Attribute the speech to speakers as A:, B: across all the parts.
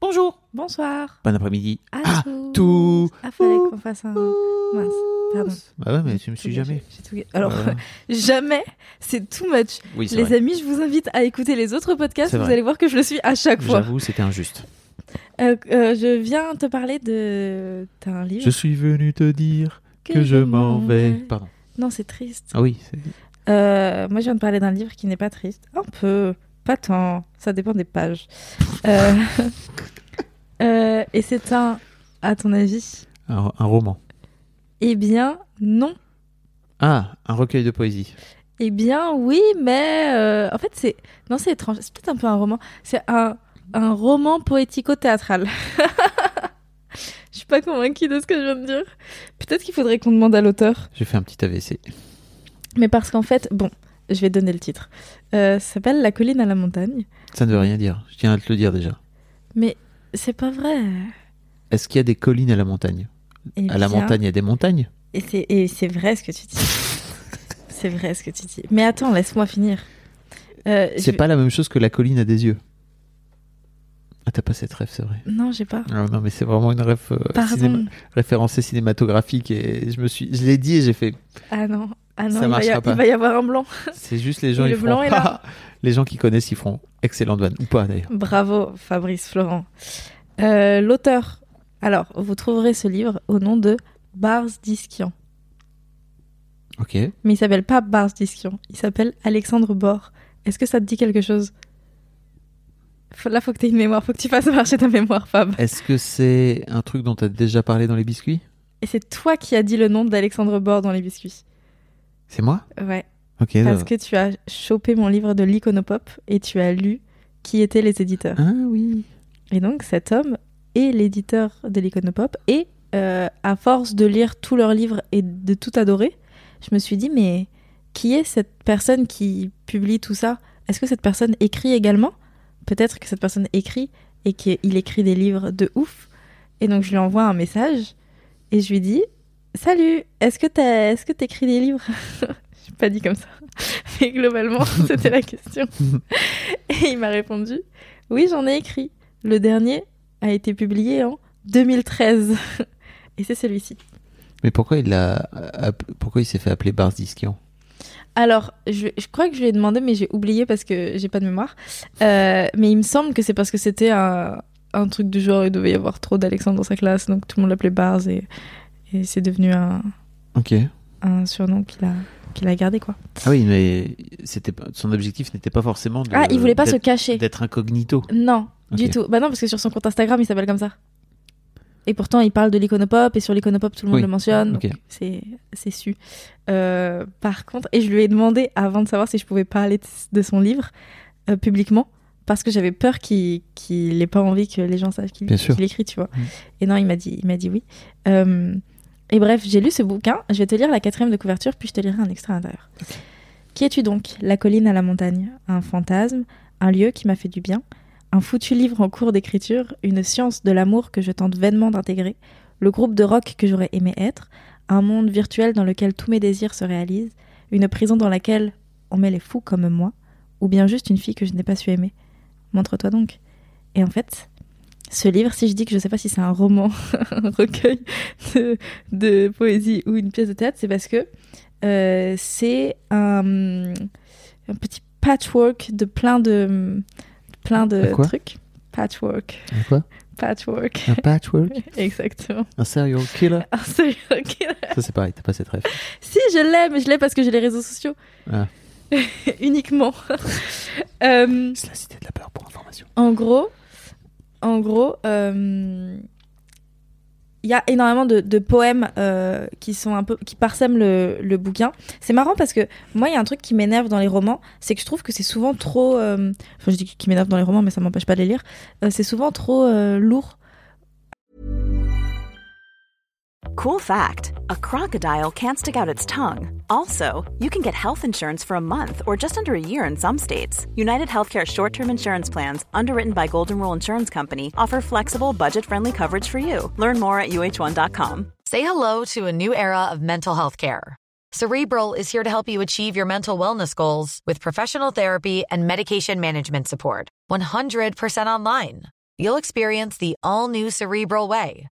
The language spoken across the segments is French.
A: Bonjour
B: Bonsoir.
A: Bon après-midi
B: À
A: Ah,
B: tous.
A: Tout
B: Ah, fallait qu'on fasse un... Mince, pardon.
A: Bah ouais, mais tu me suis jamais.
B: J'ai tout gâché. Alors,
A: Voilà.
B: jamais, c'est too much.
A: Oui, c'est
B: Les
A: vrai.
B: amis, je vous invite à écouter les autres podcasts.
A: C'est
B: Vous
A: vrai.
B: allez voir que je le suis à chaque fois.
A: J'avoue, c'était injuste.
B: Euh, euh, je viens te parler de. T'as un livre
A: Je suis venu te dire que je m'en vais. Pardon.
B: Non, c'est triste.
A: Ah oui, c'est-
B: Euh, moi, je viens de parler d'un livre qui n'est pas triste. Un peu, pas tant. Ça dépend des pages. Euh, euh, et c'est un, à ton avis
A: un, un roman.
B: Eh bien, non.
A: Ah, un recueil de poésie.
B: Eh bien, oui, mais euh, en fait, c'est. Non, c'est étrange. C'est peut-être un peu un roman. C'est un, un roman poético-théâtral. Je suis pas convaincue de ce que je viens de dire. Peut-être qu'il faudrait qu'on demande à l'auteur.
A: J'ai fait un petit AVC.
B: Mais parce qu'en fait, bon, je vais donner le titre. Euh, ça s'appelle La colline à la montagne.
A: Ça ne veut rien dire, je tiens à te le dire déjà.
B: C'est pas vrai.
A: Est-ce qu'il y a des collines à la montagne
B: Eh
A: À la
B: bien,
A: montagne, il y a des montagnes
B: Et c'est, et c'est vrai ce que tu dis. c'est vrai ce que tu dis. Mais attends, laisse-moi finir. Euh, je
A: C'est
B: vais-
A: pas la même chose que la colline a des yeux. Ah, t'as pas cette rêve, c'est vrai.
B: Non, j'ai pas.
A: Ah non, mais c'est vraiment une ref, euh,
B: Pardon.
A: cinéma- référencée cinématographique et je me suis, je l'ai dit et j'ai fait.
B: Ah non. Ah
A: Ça
B: non, il va, y
A: marchera
B: a-
A: pas.
B: il va y avoir un blanc.
A: C'est juste les gens
B: Et
A: ils
B: le blanc
A: feront.
B: est là.
A: les gens qui connaissent ils feront excellente vanne ou pas d'ailleurs.
B: Bravo, Fabrice Florent. Euh, l'auteur. Alors, vous trouverez ce livre au nom de Bars Disquian.
A: Ok.
B: Mais il s'appelle pas Bars Disquian. Il s'appelle Alexandre Bord. Est-ce que ça te dit quelque chose Faut- Là, faut que tu une mémoire. Faut que tu fasses marcher ta mémoire, Fab.
A: Est-ce que c'est un truc dont t'as déjà parlé dans les biscuits
B: Et c'est toi qui as dit le nom d'Alexandre Bord dans les biscuits.
A: C'est moi
B: Ouais.
A: Ok.
B: Parce
A: euh,
B: que tu as chopé mon livre de l'iconopop et tu as lu qui étaient les éditeurs.
A: Ah oui.
B: Et donc cet homme est l'éditeur de l'iconopop et euh, à force de lire tous leurs livres et de tout adorer, je me suis dit mais qui est cette personne qui publie tout ça Est-ce que cette personne écrit également Peut-être que cette personne écrit et qu'il écrit des livres de ouf. Et donc je lui envoie un message et je lui dis Salut, est-ce que t'as- est-ce que t'écris des livres J'ai pas dit comme ça, mais globalement c'était la question. et il m'a répondu Oui, j'en ai écrit. Le dernier a été publié en 2013. Et c'est celui-ci.
A: Mais pourquoi il a, app- pourquoi il s'est fait appeler Bars Disquian
B: Alors, je, je crois que je lui ai demandé, mais j'ai oublié parce que j'ai pas de mémoire. Euh, mais il me semble que c'est parce que c'était un, un truc du genre, il devait y avoir trop d'Alexandre dans sa classe, donc tout le monde l'appelait Bars et, et c'est devenu un,
A: Ok.
B: un surnom qu'il a, qu'il a gardé, quoi.
A: Ah oui, mais c'était pas- son objectif n'était pas forcément. De,
B: Ah, il voulait pas se
A: d'être-
B: cacher.
A: D'être incognito.
B: Non,
A: Ok.
B: du tout. Bah non, parce que sur son compte Instagram, il s'appelle comme ça. Et pourtant, il parle de l'iconopop, et sur l'iconopop, tout le monde
A: Oui.
B: le mentionne. donc
A: Ok.
B: C'est, c'est su. Euh, par contre, et je lui ai demandé, avant de savoir si je pouvais parler de, de son livre euh, publiquement, parce que j'avais peur qu'il, qu'il ait pas envie que les gens sachent qu'il,
A: Bien sûr.
B: qu'il écrit, tu vois.
A: Mm.
B: Et non, il m'a dit, il m'a dit oui. Euh, Et bref, j'ai lu ce bouquin. Je vais te lire la quatrième de couverture, puis je te lirai un extrait à l'intérieur. Qui es-tu donc La colline à la montagne, un fantasme, un lieu qui m'a fait du bien, un foutu livre en cours d'écriture, une science de l'amour que je tente vainement d'intégrer, le groupe de rock que j'aurais aimé être, un monde virtuel dans lequel tous mes désirs se réalisent, une prison dans laquelle on met les fous comme moi, ou bien juste une fille que je n'ai pas su aimer. Montre-toi donc. Et en fait, ce livre, si je dis que je ne sais pas si c'est un roman, un recueil de, de poésie ou une pièce de théâtre, c'est parce que euh, c'est un, un petit patchwork de plein de plein de
A: Un quoi
B: trucs. Patchwork,
A: Un quoi
B: patchwork,
A: Un patchwork
B: exactement.
A: Un serial killer
B: Ah, c'est- ok.
A: Ça, c'est pareil, t'as pas cette rêve.
B: Si, je l'ai, mais je l'ai parce que j'ai les réseaux sociaux.
A: Ah.
B: Uniquement. Euh,
A: C'est la cité de la peur pour information.
B: en gros, en gros, euh, il y a énormément de, de poèmes euh, qui sont un peu qui parsèment le, le bouquin. C'est marrant parce que moi, il y a un truc qui m'énerve dans les romans, c'est que je trouve que c'est souvent trop. euh, Enfin, je dis qui m'énerve dans les romans, mais ça m'empêche pas de les lire. Euh, c'est souvent trop euh, lourd.
C: Cool fact a crocodile can't stick out its tongue. Also, you can get health insurance for a month or just under a year in some states. United Healthcare short term insurance plans, underwritten by Golden Rule Insurance Company, offer flexible, budget friendly coverage for you. Learn more at uh1.com.
D: Say hello to a new era of mental health care. Cerebral is here to help you achieve your mental wellness goals with professional therapy and medication management support. 100% online. You'll experience the all new Cerebral Way,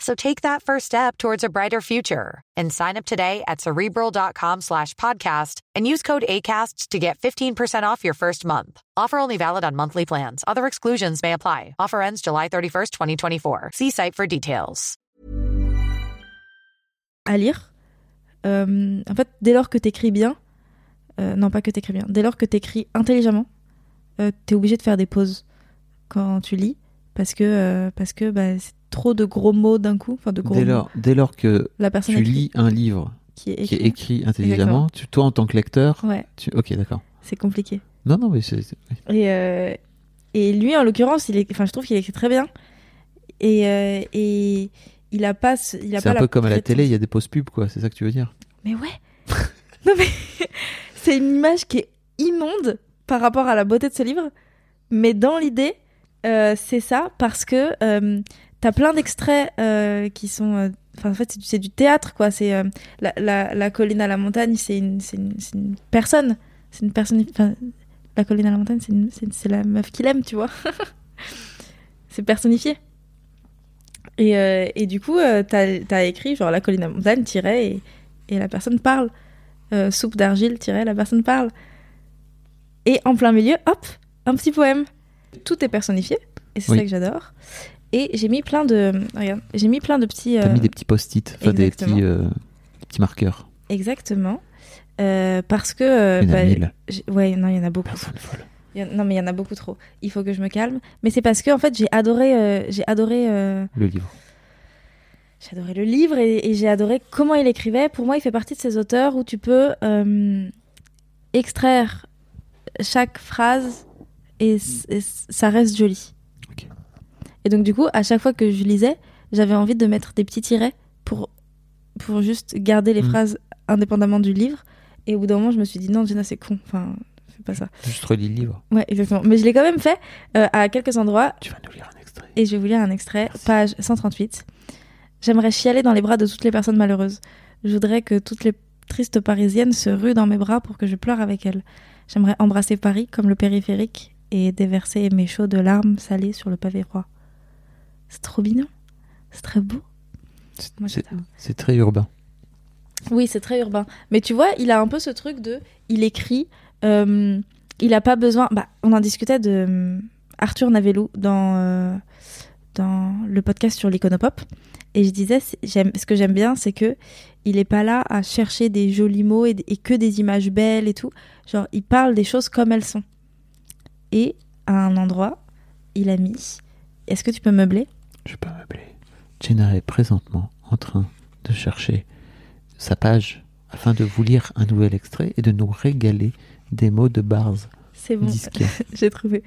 D: So take that first step towards a brighter future and sign up today at cerebral.com slash podcast and use code ACAST to get 15% off your first month. Offer only valid on monthly plans. Other exclusions may apply. Offer ends July 31st, 2024. See site for details.
B: à lire. Euh, en fait, dès lors que t'écris bien, euh, non pas que t'écris bien, dès lors que t'écris intelligemment, euh, t'es obligé de faire des pauses quand tu lis parce que euh, parce que bah, c'est trop de gros mots d'un coup, enfin de gros.
A: Dès
B: mots.
A: lors, dès lors que
B: la personne
A: tu
B: écrit-
A: lis un livre
B: qui est
A: qui est
B: écrit.
A: écrit intelligemment, tu, toi, en tant que lecteur,
B: Ouais,
A: tu... Ok, d'accord.
B: c'est compliqué.
A: Non, non, mais c'est... c'est-
B: Et euh, et lui en l'occurrence, il est, enfin je trouve qu'il écrit très bien et euh, et il a pas ce- il a
A: C'est
B: pas
A: un peu comme à la
B: prétention-
A: télé, il y a des pauses pubs, quoi. C'est ça que tu veux dire
B: Mais ouais. non mais c'est une image qui est immonde par rapport à la beauté de ce livre, mais dans l'idée, euh, c'est ça parce que euh, t'as plein d'extraits euh, qui sont, euh, enfin en fait c'est du, c'est du théâtre quoi. C'est euh, la, la- la colline à la montagne, c'est une, c'est une, c'est une personne, c'est une personne. Enfin, la colline à la montagne, c'est une- c'est c'est la meuf qu'il aime, tu vois. c'est personnifié. Et, euh, et du coup, euh, t'as t'as écrit genre la colline à la montagne, tiret, et, et la personne parle. Euh, soupe d'argile, tiret, la personne parle. Et en plein milieu, hop, un petit poème. Tout est personnifié, et c'est
A: Oui.
B: ça que j'adore. Et j'ai mis plein de, regarde, j'ai mis plein de petits.
A: T'as
B: euh,
A: mis des petits post-it, enfin des
B: exactement.
A: petits, euh, des petits marqueurs.
B: Exactement, Euh, parce que. euh,
A: Il y en a
B: bah,
A: mille.
B: j'ai- ouais, non, il y en a beaucoup.
A: Personne folle.
B: Il y en- non, mais il y en a beaucoup trop. Il faut que je me calme. Mais c'est parce que en fait, j'ai adoré, euh, j'ai adoré. euh,
A: Le livre.
B: J'ai adoré le livre et, et j'ai adoré comment il écrivait. Pour moi, il fait partie de ces auteurs où tu peux euh, extraire chaque phrase et, s- et s- ça reste joli.
A: Mm. Ok.
B: Et donc, du coup, à chaque fois que je lisais, j'avais envie de mettre des petits tirets pour, pour juste garder les
A: Mm.
B: phrases indépendamment du livre. Et au bout d'un moment, je me suis dit, non, Jenna, c'est con. Enfin, fais pas ça.
A: Juste relis le livre.
B: Ouais, exactement. Mais je l'ai quand même fait euh, à quelques endroits
A: Tu vas nous lire un extrait.
B: et je vais vous lire un extrait,
A: Merci.
B: page 138. J'aimerais chialer dans les bras de toutes les personnes malheureuses. Je voudrais que toutes les tristes parisiennes se ruent dans mes bras pour que je pleure avec elles. J'aimerais embrasser Paris comme le périphérique et déverser mes chaudes larmes salées sur le pavé roi. C'est trop mignon. C'est très beau.
A: C'est-
B: Moi,
A: c'est-
B: j'adore.
A: C'est très urbain.
B: Oui, c'est très urbain. Mais tu vois, il a un peu ce truc de. Il écrit. euh, il a pas besoin. Bah, on en discutait de euh, Arthur Navelou dans, euh, dans le podcast sur l'iconopop. Et je disais, c'est- j'aime, ce que j'aime bien, c'est que il est pas là à chercher des jolis mots et, d- et que des images belles et tout. Genre, il parle des choses comme elles sont. Et à un endroit, il a mis. Est-ce que tu peux meubler
A: Je peux meubler. Jenna est présentement en train de chercher sa page afin de vous lire un nouvel extrait et de nous régaler des mots de bars
B: C'est bon,
A: disquets.
B: j'ai trouvé.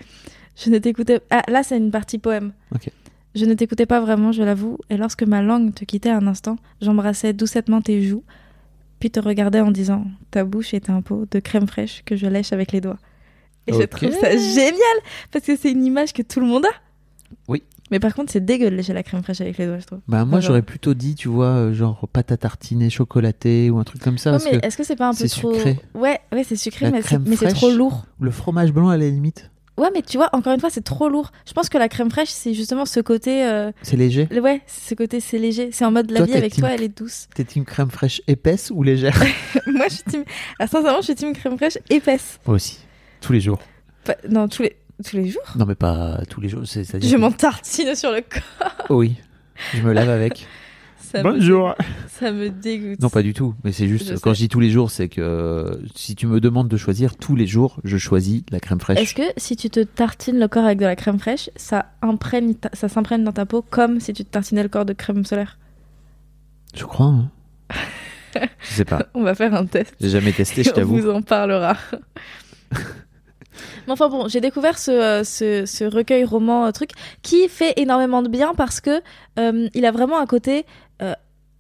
B: Je ne t'écoutais. Ah, là, c'est une partie poème.
A: Ok.
B: Je ne t'écoutais pas vraiment, je l'avoue, et lorsque ma langue te quittait un instant, j'embrassais doucettement tes joues, puis te regardais en disant Ta bouche est un pot de crème fraîche que je lèche avec les doigts. Et je
A: Ok.
B: trouve ça génial Parce que c'est une image que tout le monde a
A: Oui.
B: Mais par contre, c'est dégueu de lécher la crème fraîche avec les doigts, je trouve.
A: Bah, moi,
B: D'accord.
A: j'aurais plutôt dit, tu vois, euh, genre pâte à tartiner chocolatée ou un truc comme ça.
B: Ouais,
A: parce
B: mais
A: que
B: est-ce que c'est pas un peu
A: c'est
B: trop.
A: sucré.
B: Ouais, ouais c'est sucré,
A: La
B: mais c'est
A: crème
B: mais c'est
A: fraîche.
B: trop lourd.
A: le fromage blanc, à la limite,
B: Ouais, mais tu vois, encore une fois, c'est trop lourd. Je pense que la crème fraîche, c'est justement ce côté. euh,
A: c'est léger.
B: Le- Ouais, ce côté c'est léger. C'est en mode la
A: Toi,
B: vie
A: t'es
B: avec
A: team-
B: toi, elle est douce.
A: T'es une crème fraîche épaisse ou légère
B: Moi, je suis team. Ah, sincèrement, je suis team crème fraîche épaisse.
A: Moi aussi. Tous les jours.
B: Pas- Non, tous les tous les jours.
A: Non, mais pas tous les jours. c'est- c'est-à-dire
B: Je
A: que-
B: m'en tartine sur le corps.
A: Oh oui. Je me lave avec.
B: Ça, me... ça me dégoûte.
A: Non, pas du tout. Mais c'est juste,
B: Je
A: quand
B: sais.
A: je dis tous les jours, c'est que euh, si tu me demandes de choisir tous les jours, je choisis la crème
B: Est-ce
A: fraîche.
B: que si tu te tartines le corps avec de la crème fraîche, ça imprègne, ta- ça s'imprègne dans ta peau comme si tu te tartinais le corps de crème solaire
A: Je crois. hein. je sais pas.
B: On va faire un test.
A: J'ai jamais testé, je
B: on
A: t'avoue.
B: vous en parlera. Mais enfin bon, j'ai découvert ce, euh, ce, ce recueil roman euh, truc qui fait énormément de bien parce que euh, il a vraiment un côté euh,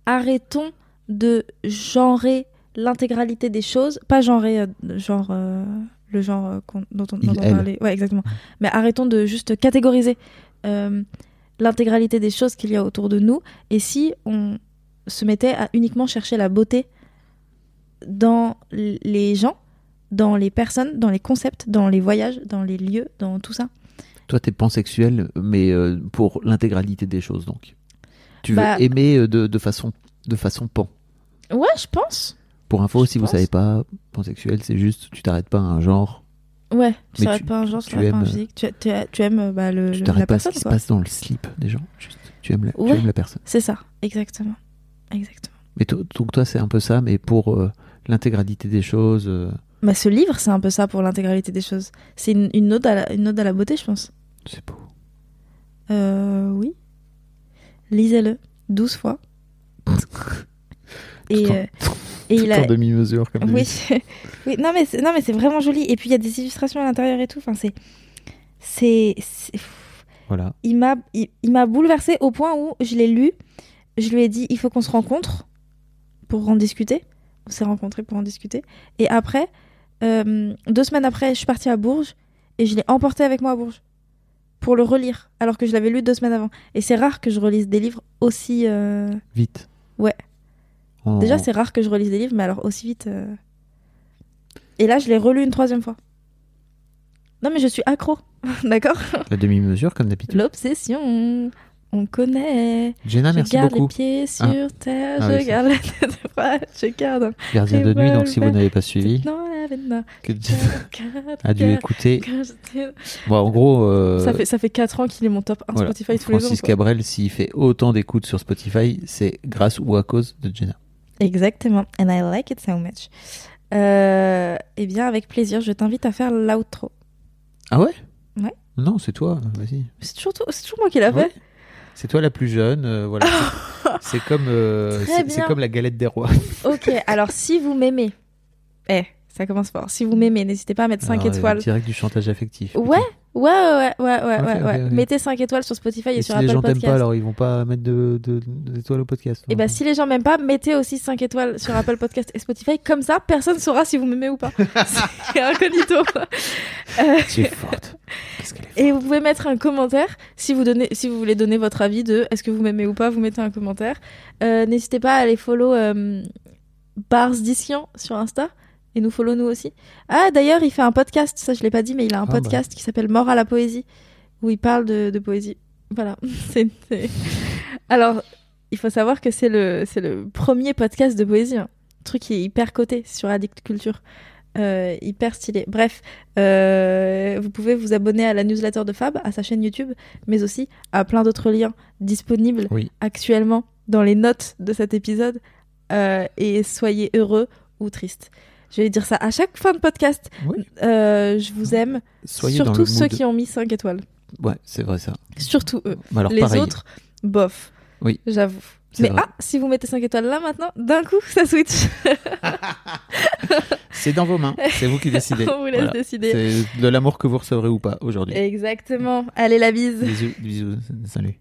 B: arrêtons de genrer l'intégralité des choses, pas genrer euh, genre euh, le genre euh, qu'on- dont on, dont
A: Il,
B: on
A: elle.
B: parlait, ouais exactement. Mais arrêtons de juste catégoriser euh, l'intégralité des choses qu'il y a autour de nous et si on se mettait à uniquement chercher la beauté dans l- les gens, dans les personnes, dans les concepts, dans les voyages, dans les lieux, dans tout ça.
A: Toi, t'es pansexuel, mais euh, pour l'intégralité des choses, donc. Tu veux
B: Bah-
A: aimer euh, de, de façon de façon pan.
B: Ouais, je pense.
A: Pour info,
B: Je
A: si
B: pense.
A: vous savez pas, pansexuel, c'est juste tu t'arrêtes pas à un genre,
B: Ouais, tu
A: Mais
B: t'arrêtes
A: tu-
B: pas un genre, tu
A: tu
B: t'arrêtes pas un
A: aimes- euh,
B: physique, tu, tu- tu aimes euh, bah, le,
A: tu
B: le-
A: t'arrêtes
B: la
A: pas à ce
B: personne.
A: qui se
B: quoi.
A: passe dans le slip des gens. Juste, tu aimes la, tu
B: Ouais.
A: aimes la personne.
B: C'est ça, exactement. exactement.
A: Mais to- donc toi, c'est un peu ça, mais pour euh, l'intégralité des choses. euh,
B: Bah, ce livre, c'est un peu ça pour l'intégralité des choses. C'est une, une, ode à la, une ode à la beauté, je pense.
A: C'est beau.
B: Euh, oui. Lisez-le 12 fois. et
A: Tout en-
B: euh, et il a,
A: demi-mesure, comme
B: Oui, oui. Non, mais c'est, non, mais c'est vraiment joli. Et puis il y a des illustrations à l'intérieur et tout. Enfin, c'est, c'est, c'est- pff,
A: Voilà.
B: il m'a, il, il m'a bouleversé au point où je l'ai lu. Je lui ai dit, il faut qu'on se rencontre pour en discuter. On s'est rencontrés pour en discuter. Et après, euh, deux semaines après, je suis partie à Bourges et je l'ai emporté avec moi à Bourges pour le relire, alors que je l'avais lu deux semaines avant. Et c'est rare que je relise des livres aussi. euh,
A: Vite.
B: Ouais.
A: On-
B: Déjà, c'est rare que je relise des livres, mais alors aussi vite. euh. Et là, je l'ai relu une troisième fois. Non, mais je suis accro, d'accord
A: La demi-mesure, comme d'habitude.
B: L'obsession, on connaît.
A: Jenna,
B: je
A: Ah, merci
B: garde
A: beaucoup.
B: les pieds sur terre,
A: Ah
B: je
A: oui, ça.
B: garde la tête froide, je garde un
A: Gardien de nuit, donc si vous
B: revolver.
A: n'avez pas suivi,
B: Non, la veine, non.
A: que Jenna a dû
B: Garde-
A: écouter.
B: garde-
A: Bon, en gros, euh,
B: Ça fait, ça fait 4 ans qu'il est mon top 1
A: voilà.
B: Spotify tous
A: Francis
B: les jours. quoi.
A: Cabrel, s'il fait autant d'écoutes sur Spotify, c'est grâce ou à cause de Jenna.
B: Exactement, and I like it so much. Euh, eh bien, avec plaisir, je t'invite à faire l'outro.
A: Ah ouais
B: Ouais. Ah
A: Non, c'est toi, vas-y.
B: C'est toujours, toi- c'est toujours moi qui l'a fait.
A: Ouais. C'est toi la plus jeune, euh, voilà. c'est comme, euh,
B: Très
A: c'est c'est
B: bien.
A: comme la galette des rois.
B: Ok, alors si vous m'aimez, eh, ça commence fort. Si vous m'aimez, n'hésitez pas à mettre 5
A: Alors,
B: étoiles.
A: Direct du chantage affectif.
B: Ouais, ouais, ouais, ouais, ouais, ouais,
A: Ok,
B: ouais,
A: ok,
B: ouais.
A: ok.
B: Mettez 5 étoiles sur Spotify et,
A: Et si
B: sur
A: les
B: Apple
A: gens t'aiment
B: Podcast.
A: pas, alors ils vont pas mettre de, de- d'étoiles au podcast. hein.
B: Et
A: non.
B: bah si les gens m'aiment pas, mettez aussi 5 étoiles sur Apple Podcast et Spotify. Comme ça, personne saura si vous m'aimez ou pas. C'est incognito. Euh,
A: Tu es forte. Qu'est-ce qu'elle est forte.
B: et vous pouvez mettre un commentaire si vous, donnez, si vous voulez donner votre avis de est-ce que vous m'aimez ou pas, vous mettez un commentaire. Euh, N'hésitez pas à aller follow euh, Bars Disquian sur Insta et nous follow nous aussi. Ah d'ailleurs, il fait un podcast, ça je l'ai pas dit, mais il a un
A: Ah,
B: podcast qui s'appelle Mort à la poésie où il parle de, de poésie. Voilà. C'est- c'est- Alors, il faut savoir que c'est le, c'est le premier podcast de poésie. hein. Truc qui est hyper coté sur Addict Culture. Euh, hyper stylé. Bref, euh, vous pouvez vous abonner à la newsletter de Fab, à sa chaîne YouTube, mais aussi à plein d'autres liens disponibles
A: Oui.
B: actuellement dans les notes de cet épisode euh, et soyez heureux ou tristes. Je vais dire ça à chaque fin de podcast.
A: Oui.
B: Euh, je vous aime.
A: Soyez dans
B: Surtout
A: le
B: ceux
A: mood.
B: qui ont mis 5 étoiles.
A: Ouais, c'est vrai ça.
B: Surtout eux.
A: Mais Alors,
B: les
A: pareil,
B: autres, bof.
A: Oui.
B: J'avoue.
A: C'est
B: Mais
A: vrai.
B: ah, si vous mettez 5 étoiles là maintenant, d'un coup, ça switch.
A: c'est dans vos mains. C'est vous qui décidez.
B: On vous laisse
A: Voilà.
B: décider.
A: C'est de l'amour que vous recevrez ou pas aujourd'hui.
B: Exactement. Allez, la bise.
A: Bisous, bisous, salut.